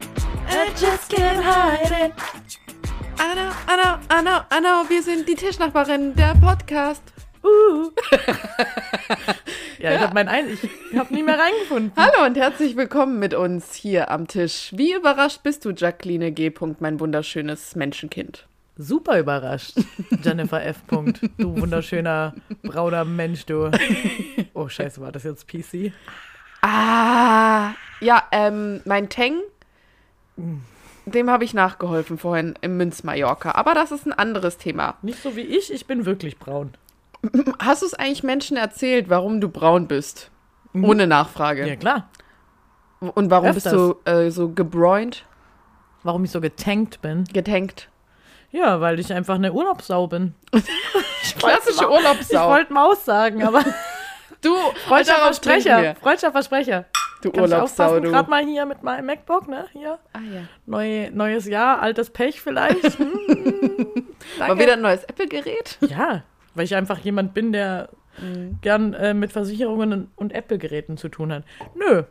I just can't hide it. Anna, Anna, Anna, Anna, wir sind die Tischnachbarin, der Podcast. Uh. ja, ich habe mein Ein ich habe nie mehr reingefunden. Hallo und herzlich willkommen mit uns hier am Tisch. Wie überrascht bist du, Jacqueline G. Punkt, mein wunderschönes Menschenkind? Super überrascht. Jennifer F. Punkt. Du wunderschöner brauner Mensch, du. Oh, scheiße, war das jetzt PC? Ah, ja, ähm, mein Teng, dem habe ich nachgeholfen vorhin im Münz Mallorca. Aber das ist ein anderes Thema. Nicht so wie ich, ich bin wirklich braun. Hast du es eigentlich Menschen erzählt, warum du braun bist? Ohne Nachfrage. Ja, klar. Und warum Öfters. bist du äh, so gebräunt, Warum ich so getankt bin? getankt? Ja, weil ich einfach eine Urlaubssau bin. Klassische Ich Urlaubssau. wollte Maus sagen, aber Du, Freudscher darauf trinken wir. Versprecher. Freudscher Versprecher. Du Kann ich Urlaubssau, aufpassen, du. gerade mal hier mit meinem MacBook, ne? Hier. Ah, ja. Neu, neues Jahr, altes Pech vielleicht. Hm, War wieder ein neues Apple-Gerät? ja, weil ich einfach jemand bin, der Mhm. gern äh, mit Versicherungen und Apple-Geräten zu tun hat. Nö.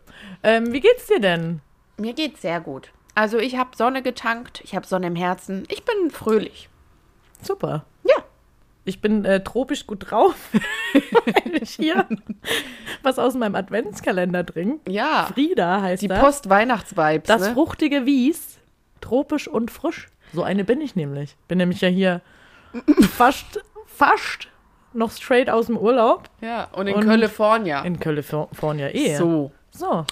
Ähm, wie geht's dir denn? Mir geht's sehr gut. Also ich habe Sonne getankt, ich habe Sonne im Herzen, ich bin fröhlich. Super. Ja. Ich bin äh, tropisch gut drauf, weil ich hier was aus meinem Adventskalender trinke. Ja. Frieda heißt Die das. Post-Weihnachts-Vibes, Das ne? fruchtige Wies, tropisch und frisch. So eine bin ich nämlich. Bin nämlich ja hier fast, fast noch straight aus dem Urlaub. Ja, und in Und- California. In California eh. So. So.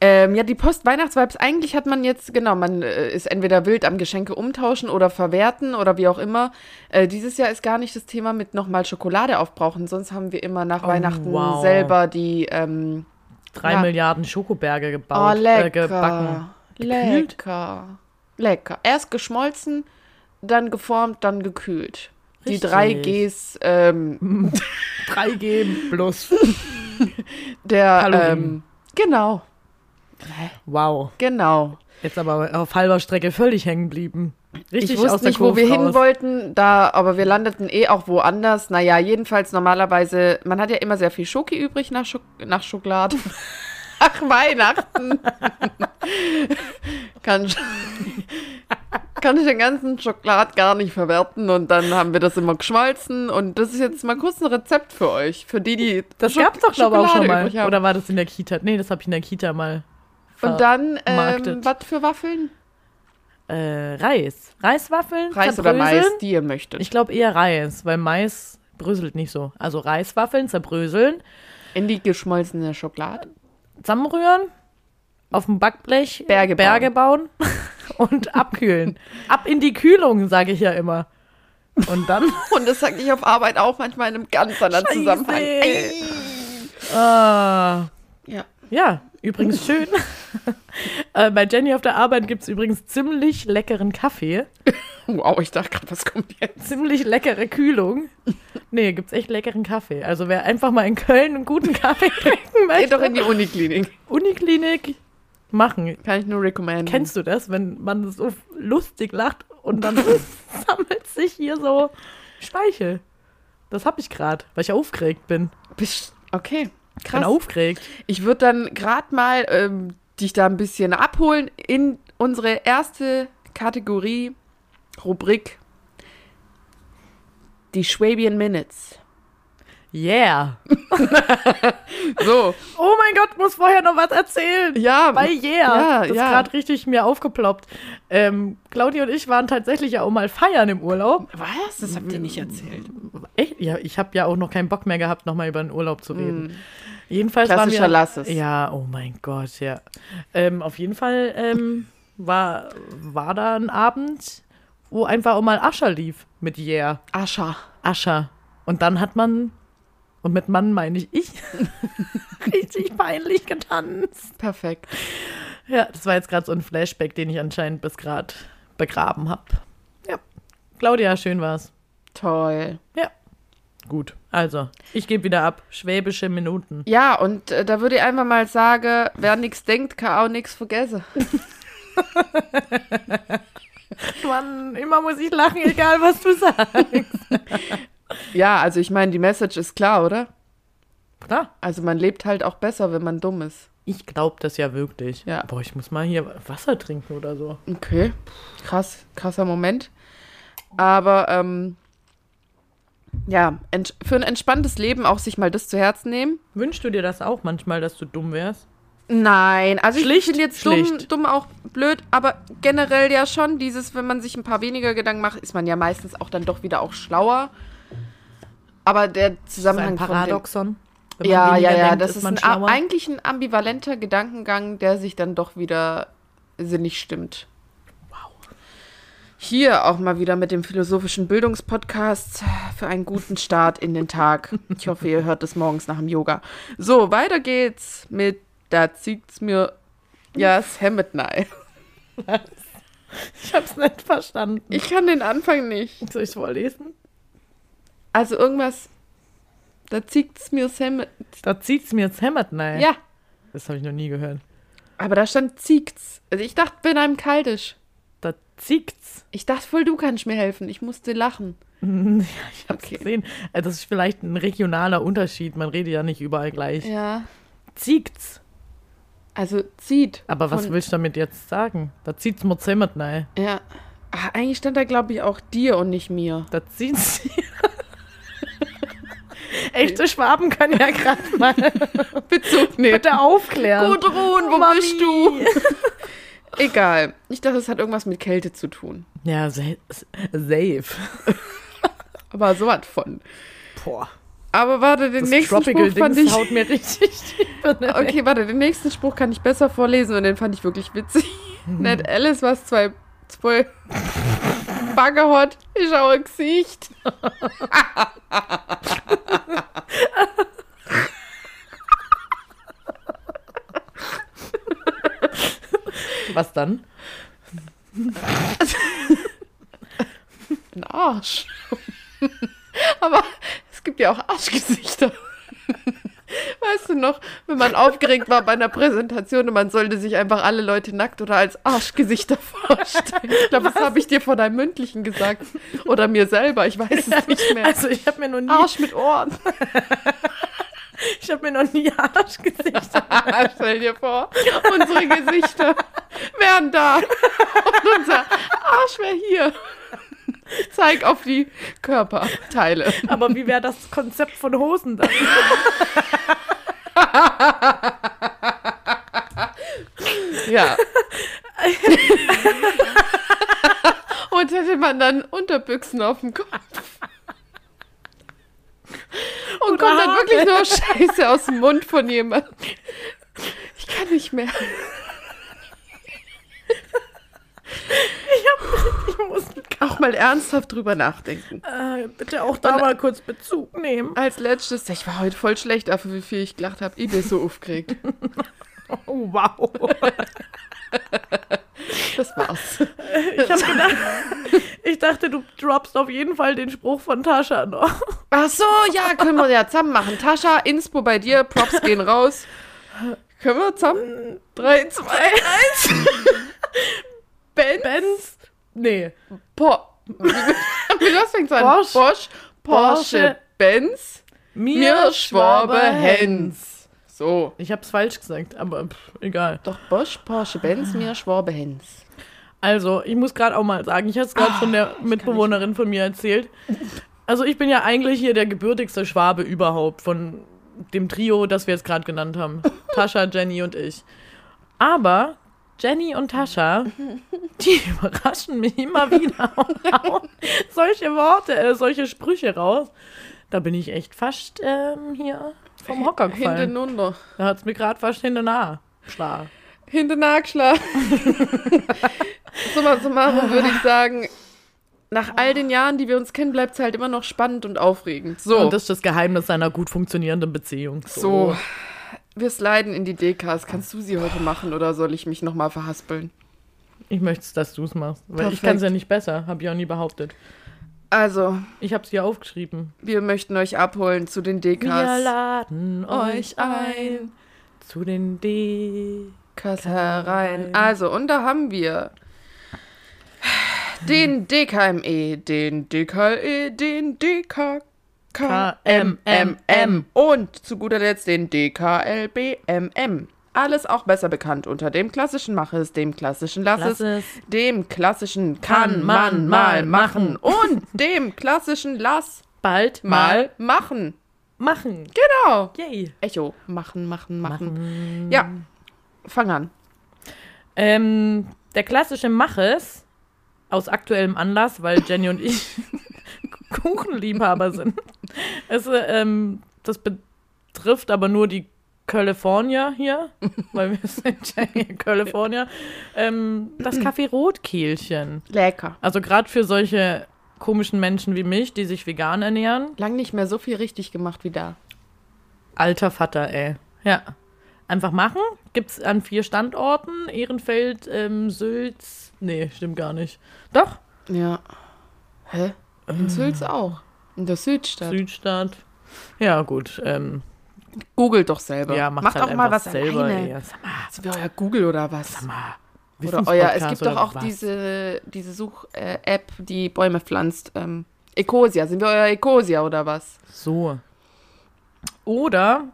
Ähm, ja, die Post-Weihnachts-Vibes, eigentlich hat man jetzt, genau, man äh, ist entweder wild am Geschenke umtauschen oder verwerten oder wie auch immer. Äh, dieses Jahr ist gar nicht das Thema mit nochmal Schokolade aufbrauchen, sonst haben wir immer nach Weihnachten Oh, wow. selber die, ähm, Drei Ja. Milliarden Schokoberge oh, gebaut, äh, gebacken. lecker, Gekühlt? lecker, lecker. Erst geschmolzen, dann geformt, dann gekühlt. Die Richtig. drei Gs ähm, Drei geben plus. der, Kalorien. ähm, genau, Wow. genau. Jetzt aber auf halber Strecke völlig hängen blieben. Richtig ich wusste aus der nicht, wo Kurve wir raus. hin wollten, da, aber wir landeten eh auch woanders. Naja, jedenfalls normalerweise, man hat ja immer sehr viel Schoki übrig nach, Scho nach Schokolade. Nach Weihnachten. kann, ich- kann ich den ganzen Schokolad gar nicht verwerten und dann haben wir das immer geschmolzen und das ist jetzt mal kurz ein Rezept für euch, für die, die Das Schok- gab's doch, glaube ich, auch schon Schokolade mal. übrig haben. Oder war das in der Kita? Nee, das habe ich in der Kita mal. und dann, ähm, vermarktet. was für Waffeln? Äh, Reis. Reiswaffeln? Reis oder Mais, zerbröseln. die ihr möchtet. Ich glaube eher Reis, weil Mais bröselt nicht so. Also Reiswaffeln zerbröseln, In die geschmolzene Schokolade. zusammenrühren, auf dem Backblech Berge bauen. bauen und abkühlen. Ab in die Kühlung, sage ich ja immer. Und dann Und das sage ich auf Arbeit auch manchmal in einem ganz anderen Zusammenhang. Ey. Ah, Ja. ja, übrigens schön. äh, bei Jenny auf der Arbeit gibt es übrigens ziemlich leckeren Kaffee. Oh, Wow, ich dachte gerade, was kommt jetzt? ziemlich leckere Kühlung. Nee, gibt's echt leckeren Kaffee. Also wer einfach mal in Köln einen guten Kaffee trinken Geht möchte, doch in die Uniklinik. Uniklinik machen. Kann ich nur recommenden. Kennst du das, wenn man so lustig lacht und dann sammelt sich hier so Speichel? Das hab ich gerade, weil ich aufgeregt bin. Bist- Okay, Ich bin krass. aufgeregt. Ich würde dann gerade mal ähm, dich da ein bisschen abholen in unsere erste Kategorie, Rubrik. Die Schwabian Minutes. Yeah. So, Oh mein Gott, muss vorher noch was erzählen. ja. Bei Ja, Yeah. das ist ja. gerade richtig mir aufgeploppt. Ähm, Claudia und ich waren tatsächlich ja auch mal feiern im Urlaub. was? Das habt ihr nicht erzählt. Echt? Ja, ich habe ja auch noch keinen Bock mehr gehabt, nochmal über den Urlaub zu reden. Jedenfalls Hm. Klassischer waren wir, Lasses. Ja, oh mein Gott, ja. Ähm, auf jeden Fall ähm, war, war da ein Abend, wo einfach auch mal Ascher lief mit Yeah. Ascha. Ascher. Und dann hat man, und mit Mann meine ich ich, richtig peinlich getanzt. Perfekt. Ja, das war jetzt gerade so ein Flashback, den ich anscheinend bis gerade begraben habe. Ja. Claudia, schön war's. Toll. Ja. Gut. Also, ich gebe wieder ab. Schwäbische Minuten. Ja, und äh, da würde ich einfach mal sagen, wer nichts denkt, kann auch nichts vergessen. Mann, immer muss ich lachen, egal was du sagst. Ja, also ich meine, die Message ist klar, oder? Klar. Also man lebt halt auch besser, wenn man dumm ist. Ich glaube das ja wirklich. Ja. Boah, ich muss mal hier Wasser trinken oder so. Okay, krass, krasser Moment. Aber ähm, ja, ents- für ein entspanntes Leben auch sich mal das zu Herzen nehmen. Wünschst du dir das auch manchmal, dass du dumm wärst? Nein, also ich Schlicht, finde jetzt dumm, schlicht. dumm auch blöd, aber generell ja schon dieses, wenn man sich ein paar weniger Gedanken macht, ist man ja meistens auch dann doch wieder auch schlauer. Aber der Das ist Zusammenhang ein Paradoxon. von dem, ja, ja, weniger ja, denkt, das ist, man ein, a- schlauer. eigentlich ein ambivalenter Gedankengang, der sich dann doch wieder sinnig stimmt. Hier auch mal wieder mit dem philosophischen Bildungspodcast für einen guten Start in den Tag. Ich hoffe, ihr hört es morgens nach dem Yoga. So, weiter geht's mit Da zieht's mir Jas Hemmet nein. Ich hab's nicht verstanden. Ich Ich kann den Anfang nicht. soll ich's vorlesen? Also irgendwas. Da zieht's mir Hemmet. Da zieht's mir jetzt hämmert, nein. Ja, Das habe ich noch nie gehört. aber da stand zieht's. Also ich dachte, bin einem kaltisch. Da zieht's. Ich dachte voll, du kannst mir helfen. Ich musste lachen. Ich hab's Okay. gesehen. Äh, Das ist vielleicht ein regionaler Unterschied. Man redet ja nicht überall gleich. Ja. Zieht's. Also zieht. Aber was Von- willst du damit jetzt sagen? Da zieht's mir zämmert, nein. Ja. Ah, eigentlich stand da, glaube ich, auch dir und nicht mir. Da zieht's dir. Echte Schwaben können ja gerade mal Bezug nehmen. bitte aufklären. Oh, Gudrun, wo Mami. bist du? Oh, Egal. Ich dachte, es hat irgendwas mit Kälte zu tun. Ja, sa- s- safe. Aber so was von. Boah. Aber warte, den Das nächsten Tropical Spruch fand Dings ich. haut mir richtig die Birne weg. Okay, warte, den nächsten Spruch kann ich besser vorlesen und den fand ich wirklich witzig. Hm. Ned Alice, was zwei, zwei Baggerhot, ich auch ein Gesicht. Was dann? Ein Arsch. Aber es gibt ja auch Arschgesichter. Weißt du noch, wenn man aufgeregt war bei einer Präsentation und man sollte sich einfach alle Leute nackt oder als Arschgesichter vorstellen. Ich glaube, das habe ich dir vor deinem Mündlichen gesagt. Oder mir selber, ich weiß es nicht mehr. Also ich habe mir noch nie, Arsch mit Ohren. ich habe mir noch nie Arschgesichter. Stell dir vor, unsere Gesichter wären da. Und unser Arsch wäre hier. Zeig auf die Körperteile. Aber wie wäre das Konzept von Hosen dann? Ja. Und hätte man dann Unterbüchsen auf dem Kopf. Und Oder kommt dann Haare. wirklich nur Scheiße aus dem Mund von jemandem. Ich kann nicht mehr. Ich muss Auch mal ernsthaft drüber nachdenken. äh, bitte auch da mal kurz Bezug nehmen. Als letztes, ich war heute voll schlecht dafür, wie viel ich gelacht habe. Ich bin so aufgeregt. Oh, wow. Das war's. Ich hab gedacht, ich dachte, du droppst auf jeden Fall den Spruch von Tascha noch. Ach so, ja, können wir ja zusammen machen. Tascha, Inspo bei dir, Props gehen raus. Können wir zusammen? Drei, zwei, eins. Ben, Benz? Nee. Por Wie das fängt an? Bosch. Bosch, Porsche, Porsche. Benz, mir Schwabe, Hens. So. Ich hab's falsch gesagt, aber pff, egal. Doch, Bosch, Porsche, Benz, mir Schwabe, Hens. Also, ich muss gerade auch mal sagen, ich hab's gerade Ah, von der Mitbewohnerin von mir erzählt. Also, ich bin ja eigentlich hier der gebürtigste Schwabe überhaupt von dem Trio, das wir jetzt gerade genannt haben. Tascha, Jenny und ich. Aber Jenny und Tascha, die überraschen mich immer wieder und hauen solche Worte, äh, solche Sprüche raus. Da bin ich echt fast ähm, hier vom Hocker gefallen. Hintereinander. Da hat's mir gerade fast hinten nahe. Schlag. Hinten nachgeschlagen. summa summarum würde ich sagen, nach all den Jahren, die wir uns kennen, bleibt es halt immer noch spannend und aufregend. So. Und das ist das Geheimnis einer gut funktionierenden Beziehung. So, wir sliden in die DKs. Kannst du sie heute machen oder soll ich mich nochmal verhaspeln? Ich möchte, dass du es machst. Weil ich Perfekt. kann es ja nicht besser, habe ich auch nie behauptet. Also, Ich habe es hier aufgeschrieben. wir möchten euch abholen zu den DKs. laden zu den D. Kas herein. Also, und da haben wir den DKME, E, den DKE, E, den DK. KMMM und zu guter Letzt den DKLBMM. alles auch besser bekannt unter dem klassischen Mache es, dem klassischen Lass, es, Lass es. dem klassischen Kann man mal machen und dem klassischen Lass Bald mal machen. machen. Genau. Yay. Echo. Machen, machen, machen. Ja. Fang an. Ähm, der klassische Maches aus aktuellem Anlass, weil Jenny und ich Kuchenliebhaber sind. Es, äh, ähm, das betrifft aber nur die California hier, weil wir sind ja hier in California. Ähm, das Kaffee Rotkehlchen. Lecker. Also gerade für solche komischen Menschen wie mich, die sich vegan ernähren. Lang nicht mehr so viel richtig gemacht wie da. Alter Vater, ey. Ja. Einfach machen. Gibt's an vier Standorten. Ehrenfeld, ähm, Sülz. Nee, stimmt gar nicht. Doch. Ja. Ah. Hä? In Sülz auch. In der Südstadt. Südstadt. Ja, gut. Ähm, Googelt doch selber. ja, macht, halt auch mal einfach was selber. alleine. ey. Sag mal, Sind wir euer Google oder was? mal, Oder euer, es Wissenspodcast gibt doch oder auch was? diese, diese Such-App, die Bäume pflanzt. Ähm, Ecosia. Sind wir euer Ecosia oder was? So. Oder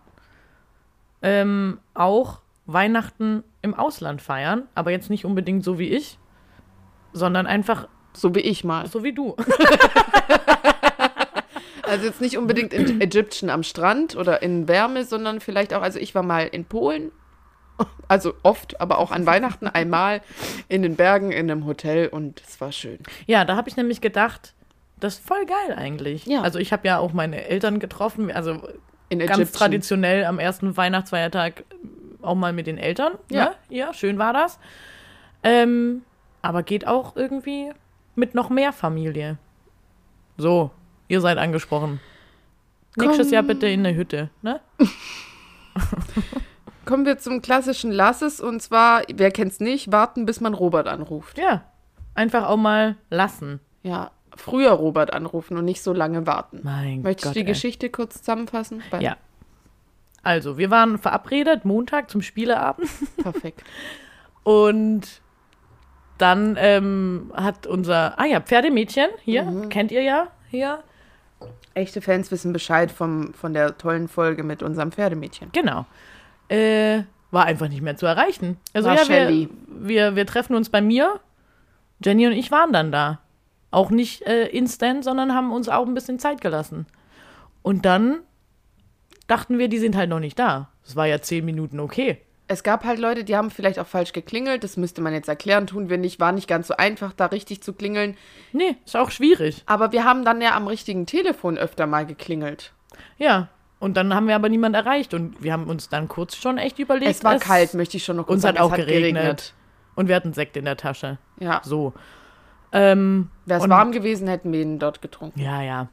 ähm, auch Weihnachten im Ausland feiern, aber jetzt nicht unbedingt so wie ich, sondern einfach So wie ich mal. so wie du. Also jetzt nicht unbedingt in Ägypten am Strand oder in Wärme, sondern vielleicht auch, also ich war mal in Polen, also oft, aber auch an Weihnachten einmal in den Bergen, in einem Hotel und es war schön. Ja, da habe ich nämlich gedacht, das ist voll geil eigentlich. Ja. Also ich habe ja auch meine Eltern getroffen, also In ganz Ägypten. traditionell am ersten Weihnachtsfeiertag auch mal mit den Eltern. Ja. Ne? Ja, schön war das. Ähm, aber geht auch irgendwie mit noch mehr Familie. So, ihr seid angesprochen. Nächstes Komm. Jahr bitte in der Hütte, ne? Kommen wir zum klassischen Lasses und zwar, wer kennt's nicht, warten, bis man Robert anruft. Ja. Einfach auch mal lassen. Ja, früher Robert anrufen und nicht so lange warten. Mein Möchtest Gott. du die ey. Geschichte kurz zusammenfassen? Weil- Ja. Also, wir waren verabredet, Montag zum Spieleabend. Perfekt. Und dann ähm, hat unser, ah ja, Pferdemädchen hier, Mhm. kennt ihr ja hier. Echte Fans wissen Bescheid vom, von der tollen Folge mit unserem Pferdemädchen. Genau. Äh, war einfach nicht mehr zu erreichen. Also War ja, wir, Shelley. wir, wir treffen uns bei mir. Jenny und ich waren dann da. Auch nicht äh, instant, sondern haben uns auch ein bisschen Zeit gelassen. Und dann dachten wir, die sind halt noch nicht da. Es war ja zehn Minuten okay. Es gab halt Leute, die haben vielleicht auch falsch geklingelt. Das müsste man jetzt erklären. Tun wir nicht. War nicht ganz so einfach, da richtig zu klingeln. Nee, ist auch schwierig. Aber wir haben dann ja am richtigen Telefon öfter mal geklingelt. Ja, und dann haben wir aber niemand erreicht und wir haben uns dann kurz schon echt überlegt. Es war kalt, möchte ich schon noch kurz uns hat sagen. auch geregnet. Und wir hatten Sekt in der Tasche. Ja. So. Ähm, Wäre es Und- warm gewesen, hätten wir ihn dort getrunken. ja, ja.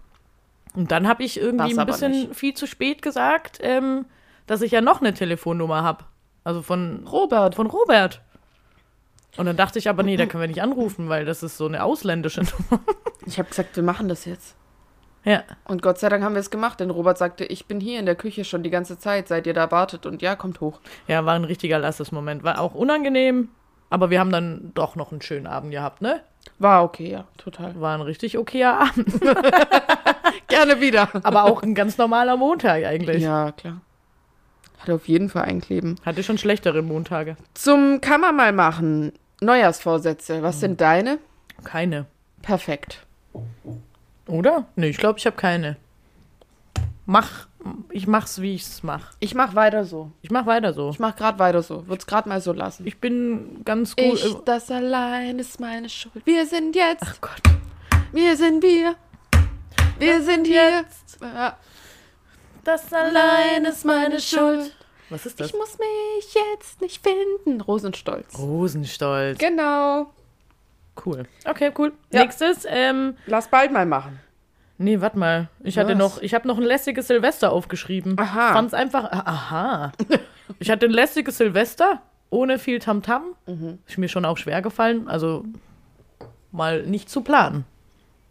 Und dann habe ich irgendwie War's ein aber bisschen nicht. viel zu spät gesagt, ähm, dass ich ja noch eine Telefonnummer habe. Also von, Robert, von Robert. Und dann dachte ich aber, nee, da können wir nicht anrufen, weil das ist so eine ausländische Nummer. ich habe gesagt, wir machen das jetzt. Ja. Und Gott sei Dank haben wir es gemacht, denn Robert sagte, ich bin hier in der Küche schon die ganze Zeit, seit ihr da wartet. Und ja, kommt hoch. Ja, war ein richtiger lastes Moment. War auch unangenehm, aber wir haben dann doch noch einen schönen Abend gehabt, ne? War okay, ja, total. War ein richtig okayer Abend. Gerne wieder. Aber auch ein ganz normaler Montag eigentlich. Ja, klar. Hat er auf jeden Fall ein Kleben. Hatte schon schlechtere Montage. Zum Kammer mal machen. Neujahrsvorsätze. Was sind deine? Keine. Perfekt. Oder? Nee, ich glaube, ich habe keine. Mach, ich mach's, wie ich's mach. Ich mach weiter so. Ich mach weiter so. Ich mach grad weiter so. Würd's grad mal so lassen. Ich bin ganz gut. Ich, das allein ist meine Schuld. Wir sind jetzt. Ach Gott. Wir sind wir. Wir sind hier. Ja, Das allein ist meine Schuld. Was ist das? Ich muss mich jetzt nicht finden. Rosenstolz. Rosenstolz. Genau. Cool. Okay, cool. Ja. Nächstes, ähm, Lass bald mal machen. nee, warte mal. Ich hatte Was? noch, ich habe noch ein lästiges Silvester aufgeschrieben. Aha. Fand's einfach, ah, aha. ich hatte ein lästiges Silvester ohne viel Tamtam. Mhm. Ist mir schon auch schwer gefallen, also mal nicht zu planen.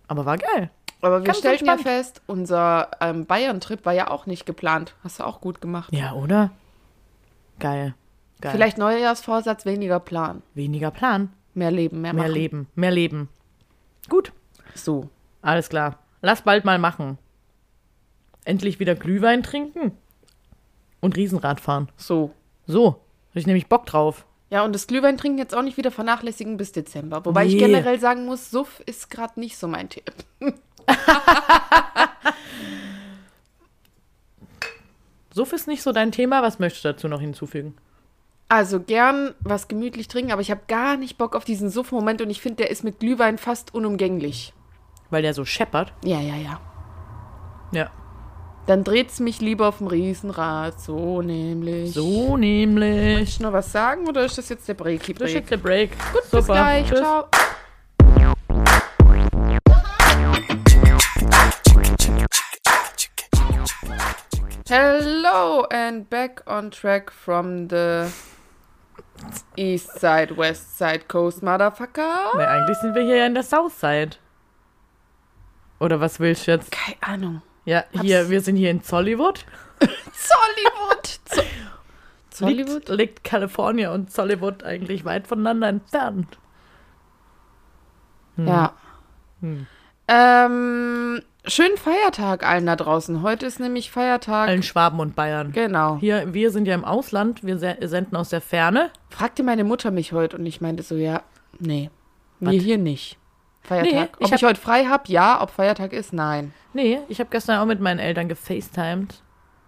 Aber war geil. Aber wir Ganz stellten ja entspannt. fest, unser ähm, Bayern-Trip war ja auch nicht geplant. Hast du auch gut gemacht. Ja, oder? Geil. Geil. Vielleicht Neujahrsvorsatz, weniger Plan. weniger Plan, Mehr Leben, mehr, mehr machen. Leben, mehr Leben. Gut, So. alles klar. Lass bald mal machen. Endlich wieder Glühwein trinken und Riesenrad fahren. So. So, ich nämlich Bock drauf. Ja, und das Glühwein trinken jetzt auch nicht wieder vernachlässigen bis Dezember. Wobei ich Nee. generell sagen muss, Suff ist gerade nicht so mein Tipp. Suff ist nicht so dein Thema. Was möchtest du dazu noch hinzufügen? Also gern was gemütlich trinken, aber ich habe gar nicht Bock auf diesen Suff-Moment und ich finde, der ist mit Glühwein fast unumgänglich. Weil der so scheppert. Ja, ja, ja. Ja. Dann dreht's mich lieber auf dem Riesenrad, so nämlich. So nämlich. Möchtest du noch was sagen oder ist das jetzt der Breaky Das ist Break? jetzt der Break. Gut, Bis gleich, ciao. Hello and back on track from the east side, west side coast, motherfucker. Weil eigentlich sind wir hier ja in der Southside. Oder was willst du jetzt? Keine Ahnung. Ja, Hab's- hier, wir sind hier in Zollywood. Zollywood. Zo- Liegt, Zollywood? liegt California und Zollywood eigentlich weit voneinander entfernt. Ja. Hm. Ähm, schönen Feiertag allen da draußen. Heute ist nämlich Feiertag. Allen Schwaben und Bayern. Genau. Hier, wir sind ja im Ausland, wir se- senden aus der Ferne. fragte meine Mutter mich heute und ich meinte so, ja, nee, wir Was? hier nicht. Feiertag. Nee, ich ob ich heute frei habe? Ja. Ob Feiertag ist? Nein. Nee, ich habe gestern auch mit meinen Eltern gefacetimed.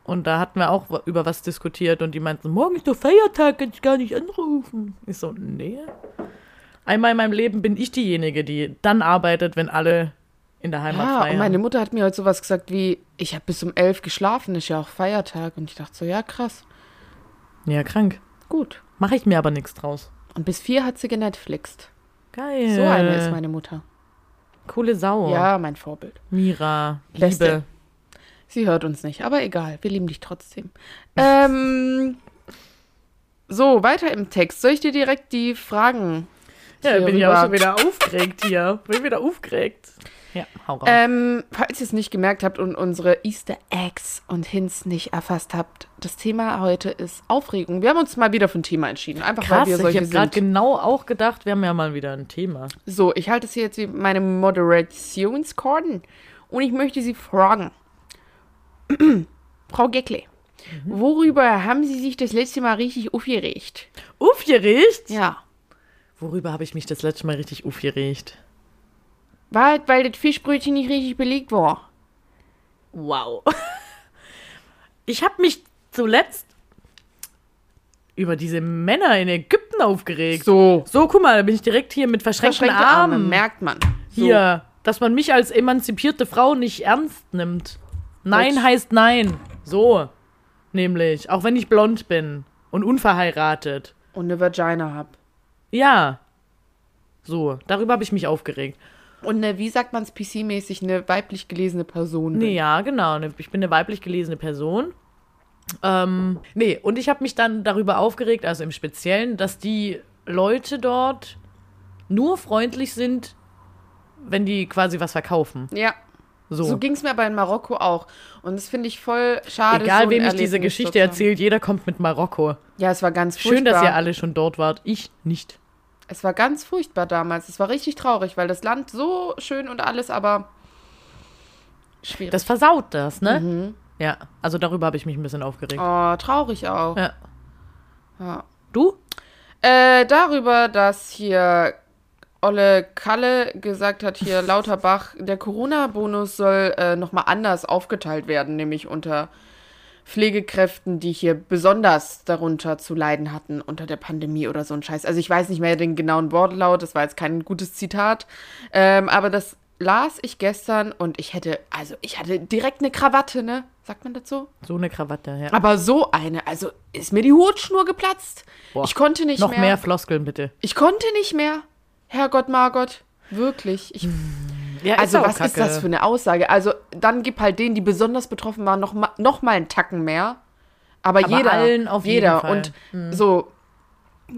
Und da hatten wir auch wa- über was diskutiert und die meinten, morgen ist doch Feiertag, kann ich gar nicht anrufen. Ich so, nee. Einmal in meinem Leben bin ich diejenige, die dann arbeitet, wenn alle in der Heimat Ja, Ah, und feiern. meine Mutter hat mir heute sowas gesagt wie, ich habe bis um elf geschlafen, ist ja auch Feiertag. Und ich dachte so, ja, krass, ja, krank. gut. Mache ich mir aber nichts draus. Und bis vier hat sie genetflixt. Geil. So eine ist meine Mutter. Coole Sau. Ja, mein Vorbild. Mira. Beste. Liebe. Sie hört uns nicht, aber egal, wir lieben dich trotzdem. Ähm, so, weiter im Text. Soll ich dir direkt die Fragen Ja, hier bin ich auch rüber- schon wieder aufgeregt hier. Bin wieder aufgeregt. Äh, Ja, hau raus. Ähm, falls ihr es nicht gemerkt habt und unsere Easter Eggs und Hints nicht erfasst habt, das Thema heute ist Aufregung. Wir haben uns mal wieder für ein Thema entschieden, einfach Krass, weil wir ich solche habe gerade sind. genau auch gedacht, wir haben ja mal wieder ein Thema. So, ich halte es hier jetzt wie meine Moderationskorn und ich möchte Sie fragen, Frau Geckle, Mhm. worüber haben Sie sich das letzte Mal richtig aufgeregt? Aufgeregt? Ja, Worüber habe ich mich das letzte Mal richtig aufgeregt? war halt, weil das Fischbrötchen nicht richtig belegt war. Wow. Ich habe mich zuletzt über diese Männer in Ägypten aufgeregt. So, So, guck mal, da bin ich direkt hier mit verschränkten verschränkte Arme, Armen. merkt man. So. Hier, dass man mich als emanzipierte Frau nicht ernst nimmt. Nein Gut. heißt nein. So. Nämlich, auch wenn ich blond bin und unverheiratet. Und eine Vagina hab. Ja. So, darüber habe ich mich aufgeregt. Und eine, wie sagt man es PC-mäßig, eine weiblich gelesene Person. Nee, bin. ja, genau. ne, Ich bin eine weiblich gelesene Person. Ähm, nee, und ich habe mich dann darüber aufgeregt, also im Speziellen, dass die Leute dort nur freundlich sind, wenn die quasi was verkaufen. Ja, So. so, ging es mir aber in Marokko auch. Und das finde ich voll schade. Egal, Ah, so ein wem ich diese Erlebnis Geschichte zu haben. erzählt, jeder kommt mit Marokko. Ja, es war ganz furchtbar. Schön, dass ihr alle schon dort wart. Ich nicht. Es war ganz furchtbar damals. Es war richtig traurig, weil das Land so schön und alles, aber schwierig. Das versaut das, ne? Ja, also darüber habe ich mich ein bisschen aufgeregt. Mhm. oh, traurig auch. Ja. Ja. Du? Äh, darüber, dass hier Olle Kalle gesagt hat, hier Lauterbach, der Corona-Bonus soll äh, nochmal anders aufgeteilt werden, nämlich unter Pflegekräften, die hier besonders darunter zu leiden hatten unter der Pandemie oder so ein Scheiß. Also ich weiß nicht mehr den genauen Wortlaut, das war jetzt kein gutes Zitat, ähm, aber das las ich gestern und ich hätte, also ich hatte direkt eine Krawatte, ne? Sagt man dazu? So eine Krawatte, ja. Aber so eine, also ist mir die Hutschnur geplatzt. Boah. Ich konnte nicht Noch mehr. mehr. Floskeln, bitte. Ich konnte nicht mehr. Herrgott, Margot. Wirklich. Ich, Ja, also, auch was ist Kacke. das für eine Aussage? Also, dann gib halt denen, die besonders betroffen waren, noch mal, noch mal einen Tacken mehr. Aber, Aber jeder. allen auf jeden jeder. Fall. Hm. Und so,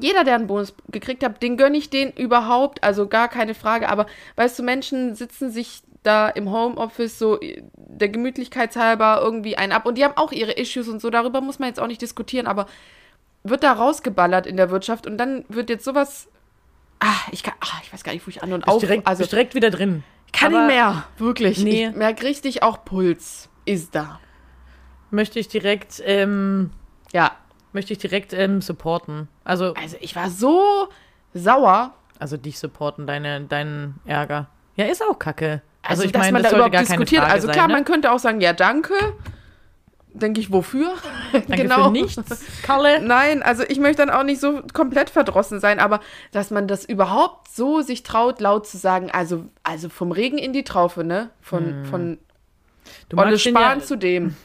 jeder, der einen Bonus gekriegt hat, den gönne ich den überhaupt. Also, gar keine Frage. Aber weißt du, Menschen sitzen sich da im Homeoffice so äh, der Gemütlichkeitshalber irgendwie einen ab. Und die haben auch ihre Issues und so. Darüber muss man jetzt auch nicht diskutieren. Aber wird da rausgeballert in der Wirtschaft und dann wird jetzt sowas. Ah, ich, kann, ah, ich weiß gar nicht, wo ich an und Bist auf. direkt, also, bist direkt wieder drin. kann Aber nicht mehr. Wirklich. Nee. Ich merke richtig auch Puls ist da. Möchte ich direkt ähm, Ja. möchte ich direkt ähm, supporten. Also, Also ich war so sauer, also dich supporten, deine, deinen Ärger. Ja, ist auch kacke. also, Also, ich dass meine, man das da sollte überhaupt gar keine diskutiert. Frage also sein. klar, ne? man könnte auch sagen, ja, danke. Denke ich, wofür? Genau. ne? Danke für nichts, Kalle. Nein, also ich möchte dann auch nicht so komplett verdrossen sein, aber dass man das überhaupt so sich traut, laut zu sagen, also, also vom Regen in die Traufe, ne? Von, von Hm. Du Olle magst den ja, Spahn zu dem.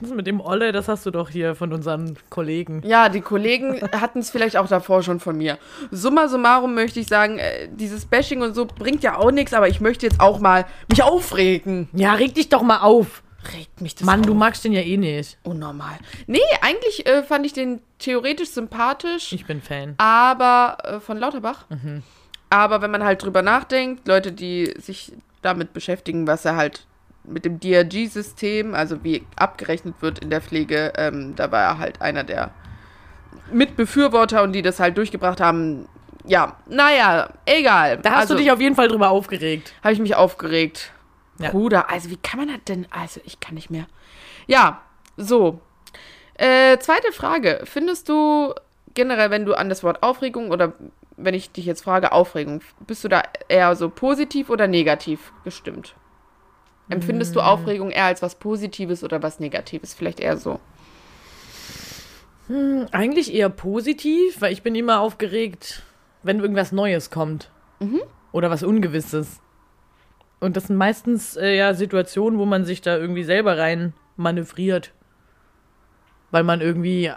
das mit dem Olle, das hast du doch hier von unseren Kollegen. Ja, die Kollegen hatten es vielleicht auch davor schon von mir. Summa summarum möchte ich sagen, äh, dieses Bashing und so bringt ja auch nichts, aber ich möchte jetzt auch mal mich aufregen. Ja, reg dich doch mal auf. Regt mich das Mann, auf. du magst den ja eh nicht. unnormal. Nee, eigentlich äh, fand ich den theoretisch sympathisch, Ich bin Fan. aber äh, von Lauterbach. Mhm. Aber wenn man halt drüber nachdenkt, Leute, die sich damit beschäftigen, was er halt mit dem DRG-System, also wie abgerechnet wird in der Pflege, ähm, da war er halt einer der Mitbefürworter und die das halt durchgebracht haben. Ja, naja, egal. Da hast also, du dich auf jeden Fall drüber aufgeregt. habe ich mich aufgeregt. Ja. Bruder, also wie kann man das denn? Also ich kann nicht mehr. Ja, so. Äh, zweite Frage. Findest du generell, wenn du an das Wort Aufregung oder wenn ich dich jetzt frage, Aufregung, bist du da eher so positiv oder negativ gestimmt? Empfindest Mm. du Aufregung eher als was Positives oder was Negatives? Vielleicht eher so. Eigentlich eher positiv, weil ich bin immer aufgeregt, wenn irgendwas Neues kommt. Oder was Ungewisses. Und das sind meistens äh, ja Situationen, wo man sich da irgendwie selber rein manövriert. Weil man irgendwie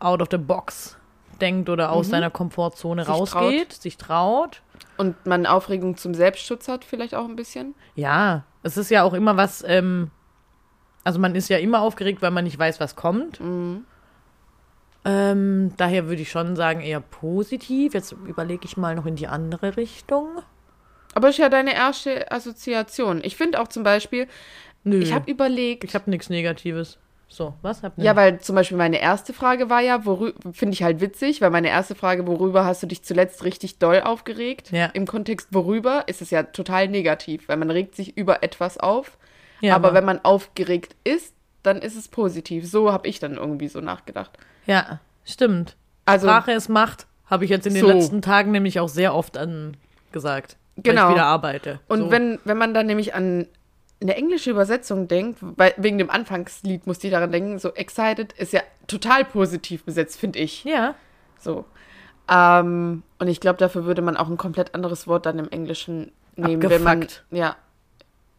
out of the box denkt oder aus seiner Komfortzone Sich rausgeht, Mhm. sich traut. Und man Aufregung zum Selbstschutz hat vielleicht auch ein bisschen? Ja, es ist ja auch immer was, ähm, also man ist ja immer aufgeregt, weil man nicht weiß, was kommt. Mhm. Ähm, daher würde ich schon sagen, eher positiv. Jetzt überlege ich mal noch in die andere Richtung. Aber ist ja deine erste Assoziation. Ich finde auch zum Beispiel, Nö, ich habe überlegt. Mm. ich hab nichts Negatives. So, was habt ihr? Ja, weil zum Beispiel meine erste Frage war ja, worüber, finde ich halt witzig, weil meine erste Frage, worüber hast du dich zuletzt richtig doll aufgeregt? Ja. Im Kontext worüber ist es ja total negativ, weil man regt sich über etwas auf. ja, aber wenn man aufgeregt ist, dann ist es positiv. So habe ich dann irgendwie so nachgedacht. ja, stimmt. Also Sprache ist Macht, habe ich jetzt in den So. letzten Tagen nämlich auch sehr oft an gesagt. Weil Genau. ich wieder arbeite. Und so. wenn, wenn man dann nämlich an eine englische Übersetzung denkt, weil wegen dem Anfangslied musste ich daran denken, so excited ist ja total positiv besetzt, finde ich. Ja, So. Ähm, und ich glaube, dafür würde man auch ein komplett anderes Wort dann im Englischen nehmen, wenn man. Abgefuckt. Ja.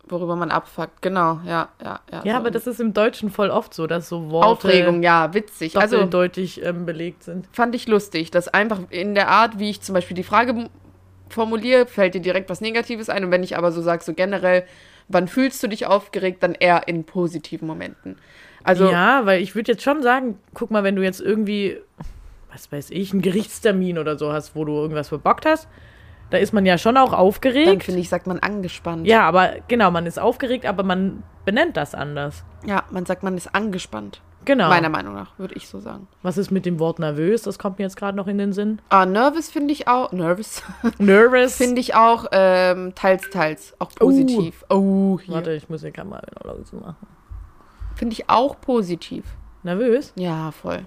Worüber man abfuckt, genau, ja, ja, ja. ja so. aber das ist im Deutschen voll oft so, dass so Worte Also- Aufregung, ja, witzig. Also doppeldeutig ähm, belegt sind. fand ich lustig, dass einfach in der Art, wie ich zum Beispiel die Frage m- formuliere, fällt dir direkt was Negatives ein. Und wenn ich aber so sage, so generell, wann fühlst du dich aufgeregt, dann eher in positiven Momenten. Also, ja, weil ich würde jetzt schon sagen, guck mal, wenn du jetzt irgendwie, was weiß ich, einen Gerichtstermin oder so hast, wo du irgendwas verbockt hast, da ist man ja schon auch dann aufgeregt. finde ich, sagt man angespannt. Ja, aber genau, man ist aufgeregt, aber man benennt das anders. ja, man sagt, man ist angespannt. Genau. Meiner Meinung nach, würde ich so sagen. Was ist mit dem Wort nervös? Das kommt mir jetzt gerade noch in den Sinn. Ah, nervous finde ich auch. Nervous Nervous. finde ich auch ähm, teils, teils. Auch positiv. Oh, hier. Warte, ich muss hier gerade mal genau laut zu machen. Finde ich auch positiv. Nervös? Ja, voll.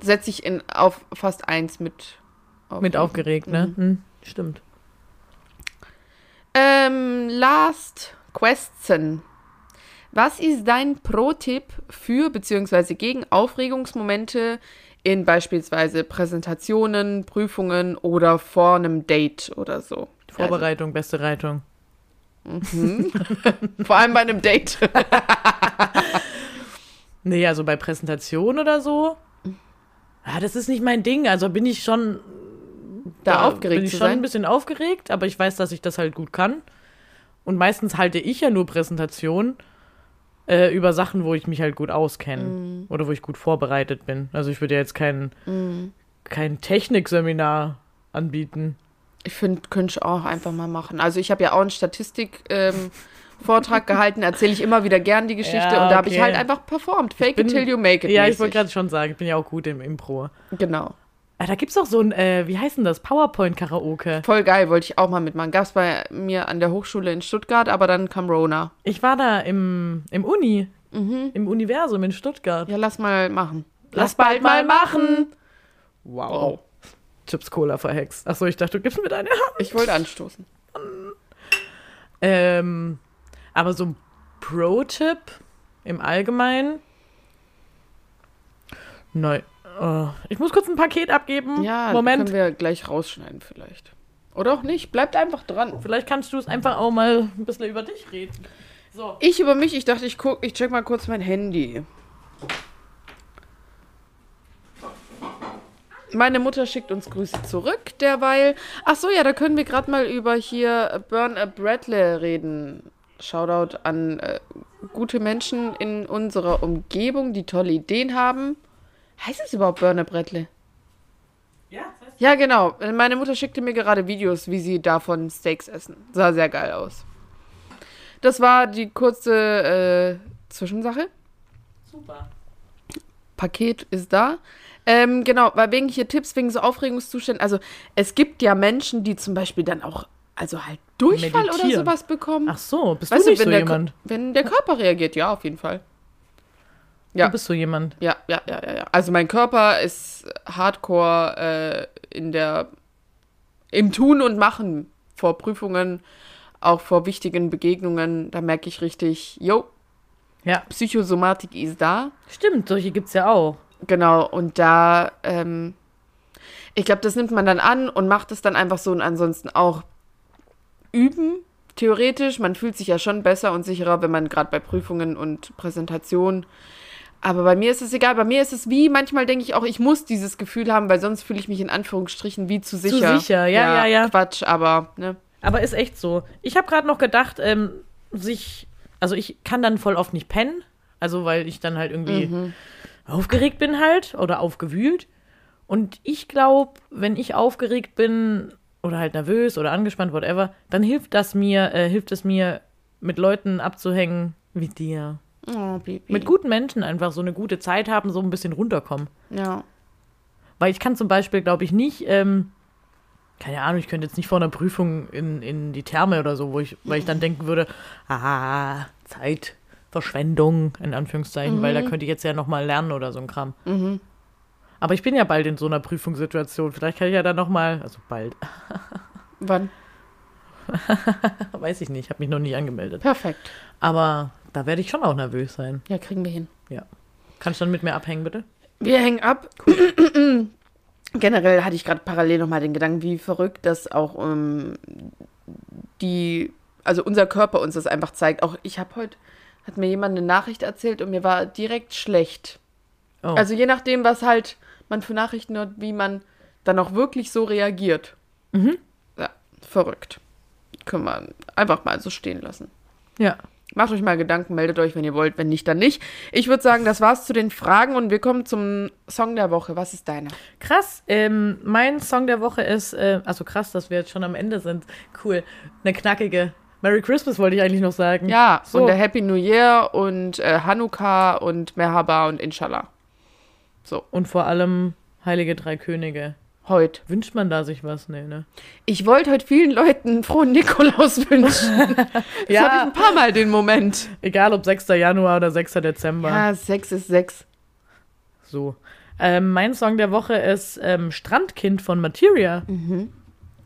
Setze ich in, auf fast eins mit. auf- Mit aufgeregt, ne? Mhm. Hm, stimmt. Ähm, last question. Was ist dein Pro-Tipp für bzw. gegen Aufregungsmomente in beispielsweise Präsentationen, Prüfungen oder vor einem Date oder so? Vorbereitung, beste Reitung. Also, vor allem bei einem Date. Nee, also bei Präsentation oder so. Mhm. Ja, das ist nicht mein Ding. Also bin ich schon da aufgeregt bin ich zu schon sein. ein bisschen aufgeregt, aber ich weiß, dass ich das halt gut kann. Und meistens halte ich ja nur Präsentationen äh, über Sachen, wo ich mich halt gut auskenne Mhm. oder wo ich gut vorbereitet bin. Also ich würde ja jetzt kein, Mhm. kein Technikseminar anbieten. Ich finde, könnte ich auch einfach mal machen. Also ich habe ja auch einen Statistik-Vortrag gehalten, erzähle ich immer wieder gern die Geschichte Ja, und da habe ich okay. halt einfach performt. Fake bin- it till you make it. ja, ich wollte mäßig. gerade schon sagen, ich bin ja auch gut im Impro. Genau. Ah, da gibt's doch so ein, äh, wie heißt denn das? PowerPoint-Karaoke. Voll geil, wollte ich auch mal mitmachen. Gab es bei mir an der Hochschule in Stuttgart, aber dann kam Rona. Mhm. Ich war da im, im Uni, im Universum in Stuttgart. Ja, lass mal machen. Lass bald mal machen. Wow. Chips Cola verhext. Achso, ich dachte, du gibst mir deine Hand. Ich wollte anstoßen. Ähm, aber so ein Pro-Tipp im Allgemeinen. Nein. Oh, ich muss kurz ein Paket abgeben. Ja, Moment. können wir gleich rausschneiden vielleicht. Oder auch nicht. Bleibt einfach dran. Vielleicht kannst du es einfach auch mal ein bisschen über dich reden. So. Ich über mich, ich dachte, ich guck, ich check mal kurz mein Handy. Meine Mutter schickt uns Grüße zurück, derweil. Ach so, ja, da können wir gerade mal über hier Burn a Bradley reden. Shoutout an äh, gute Menschen in unserer Umgebung, die tolle Ideen haben. Heißt es überhaupt Burn a Bradley? Ja, Ja, genau. Meine Mutter schickte mir gerade Videos, wie sie davon Steaks essen. Sah sehr geil aus. Das war die kurze äh, Zwischensache. super. Paket ist da. Ähm, genau, weil wegen hier Tipps, wegen so Aufregungszuständen. Also es gibt ja Menschen, die zum Beispiel dann auch, also halt Durchfall oder Meditieren. sowas bekommen. Ach so, bist weißt du du, nicht wenn, so der Ko- jemand? wenn der Körper reagiert, ja, auf jeden Fall. ja. Du bist so jemand. Ja, ja, ja, ja, ja. Also mein Körper ist hardcore äh, in der im Tun und Machen vor Prüfungen, auch vor wichtigen Begegnungen. Da merke ich richtig, jo, Ja. Psychosomatik ist da. Stimmt, solche gibt's ja auch. Genau, und da, ähm, ich glaube, das nimmt man dann an und macht es dann einfach so und ansonsten auch üben. Theoretisch, man fühlt sich ja schon besser und sicherer, wenn man gerade bei Prüfungen und Präsentationen. Aber bei mir ist es egal. Bei mir ist es wie, manchmal denke ich auch, ich muss dieses Gefühl haben, weil sonst fühle ich mich in Anführungsstrichen wie zu sicher. sicher, ja, ja, ja. Quatsch, aber, ne? Aber ist echt so. Ich habe gerade noch gedacht, ähm, sich, also ich kann dann voll oft nicht pennen, also weil ich dann halt irgendwie aufgeregt bin halt oder aufgewühlt. Und ich glaube, wenn ich aufgeregt bin oder halt nervös oder angespannt, whatever, dann hilft das mir, äh, hilft es mir, mit Leuten abzuhängen wie dir. Oh, Baby. Mit guten Menschen einfach so eine gute Zeit haben, so ein bisschen runterkommen. Ja. Weil ich kann zum Beispiel, glaube ich, nicht, ähm, keine Ahnung, ich könnte jetzt nicht vor einer Prüfung in, in die Therme oder so, wo ich, weil ich dann denken würde, ah, Zeitverschwendung, in Anführungszeichen, weil da könnte ich jetzt ja nochmal lernen oder so ein Kram. Mhm. Aber ich bin ja bald in so einer Prüfungssituation. Vielleicht kann ich ja dann nochmal, also bald, Wann? weiß ich nicht, habe mich noch nicht angemeldet. Perfekt. Aber da werde ich schon auch nervös sein. Ja, kriegen wir hin. Ja. Kannst du dann mit mir abhängen, bitte? Wir hängen ab. Generell hatte ich gerade parallel nochmal den Gedanken, wie verrückt das auch ähm, die, also unser Körper uns das einfach zeigt. Auch ich habe heute, hat mir jemand eine Nachricht erzählt und mir war direkt schlecht. Oh. Also je nachdem, was halt man für Nachrichten hört, wie man dann auch wirklich so reagiert. Mhm. Ja, verrückt. Können wir einfach mal so stehen lassen. ja. Macht euch mal Gedanken, meldet euch, wenn ihr wollt, wenn nicht, dann nicht. Ich würde sagen, das war's zu den Fragen und wir kommen zum Song der Woche. Was ist deiner? Krass, ähm, mein Song der Woche ist, äh, also krass, dass wir jetzt schon am Ende sind. Cool, eine knackige. Merry Christmas wollte ich eigentlich noch sagen. Ja, so. und der Happy New Year und äh, Hanukkah und Merhaba und Inshallah. Und vor allem Heilige Drei Könige. Heute. Wünscht man da sich was? Nee, ne? Ich wollte heute vielen Leuten einen frohen Nikolaus wünschen. Das hatte ich ein paar Mal den Moment. egal ob 6. Januar oder 6. Dezember. Ja, sechs ist sechs. So. Ähm, mein Song der Woche ist ähm, Strandkind von Materia. Mhm.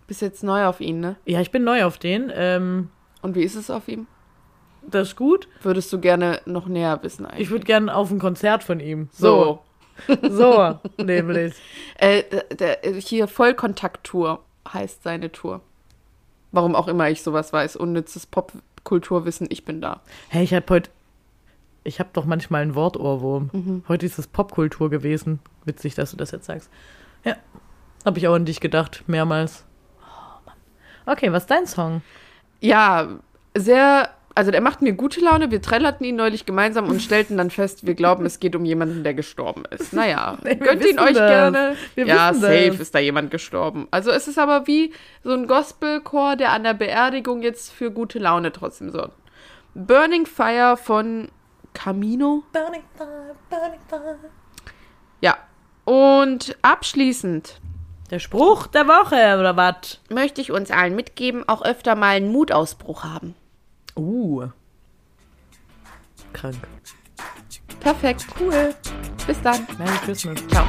Bist jetzt neu auf ihn, ne? Ja, ich bin neu auf den. Ähm, Und wie ist es auf ihm? das ist gut. Würdest du gerne noch näher wissen eigentlich? Ich würde gerne auf ein Konzert von ihm. so. So, nämlich. Äh, der, der, hier Vollkontakt-Tour heißt seine Tour. Warum auch immer ich sowas weiß. Unnützes Popkulturwissen, ich bin da. Hey, ich hab heute. Ich hab doch manchmal einen Wortohrwurm. Heute ist es Popkultur gewesen. Witzig, dass du das jetzt sagst. Ja. Hab ich auch an dich gedacht, mehrmals. Oh, Mann. Okay, was ist dein Song? Ja, sehr. Also der macht mir gute Laune. Wir trellerten ihn neulich gemeinsam und stellten dann fest, wir glauben, es geht um jemanden, der gestorben ist. Naja, Nee, wir gönnt ihn wissen euch das. gerne. Wir ja, wissen safe das. ist da jemand gestorben. Also es ist aber wie so ein Gospelchor, der an der Beerdigung jetzt für gute Laune trotzdem sorgt. Burning Fire von Camino. Burning Fire, Burning Fire. Ja. Und abschließend Der Spruch der Woche, oder was? möchte ich uns allen mitgeben, auch öfter mal einen Mutausbruch haben. Uh. Krank. Perfekt. Cool. Bis dann. Merry Christmas. Ciao.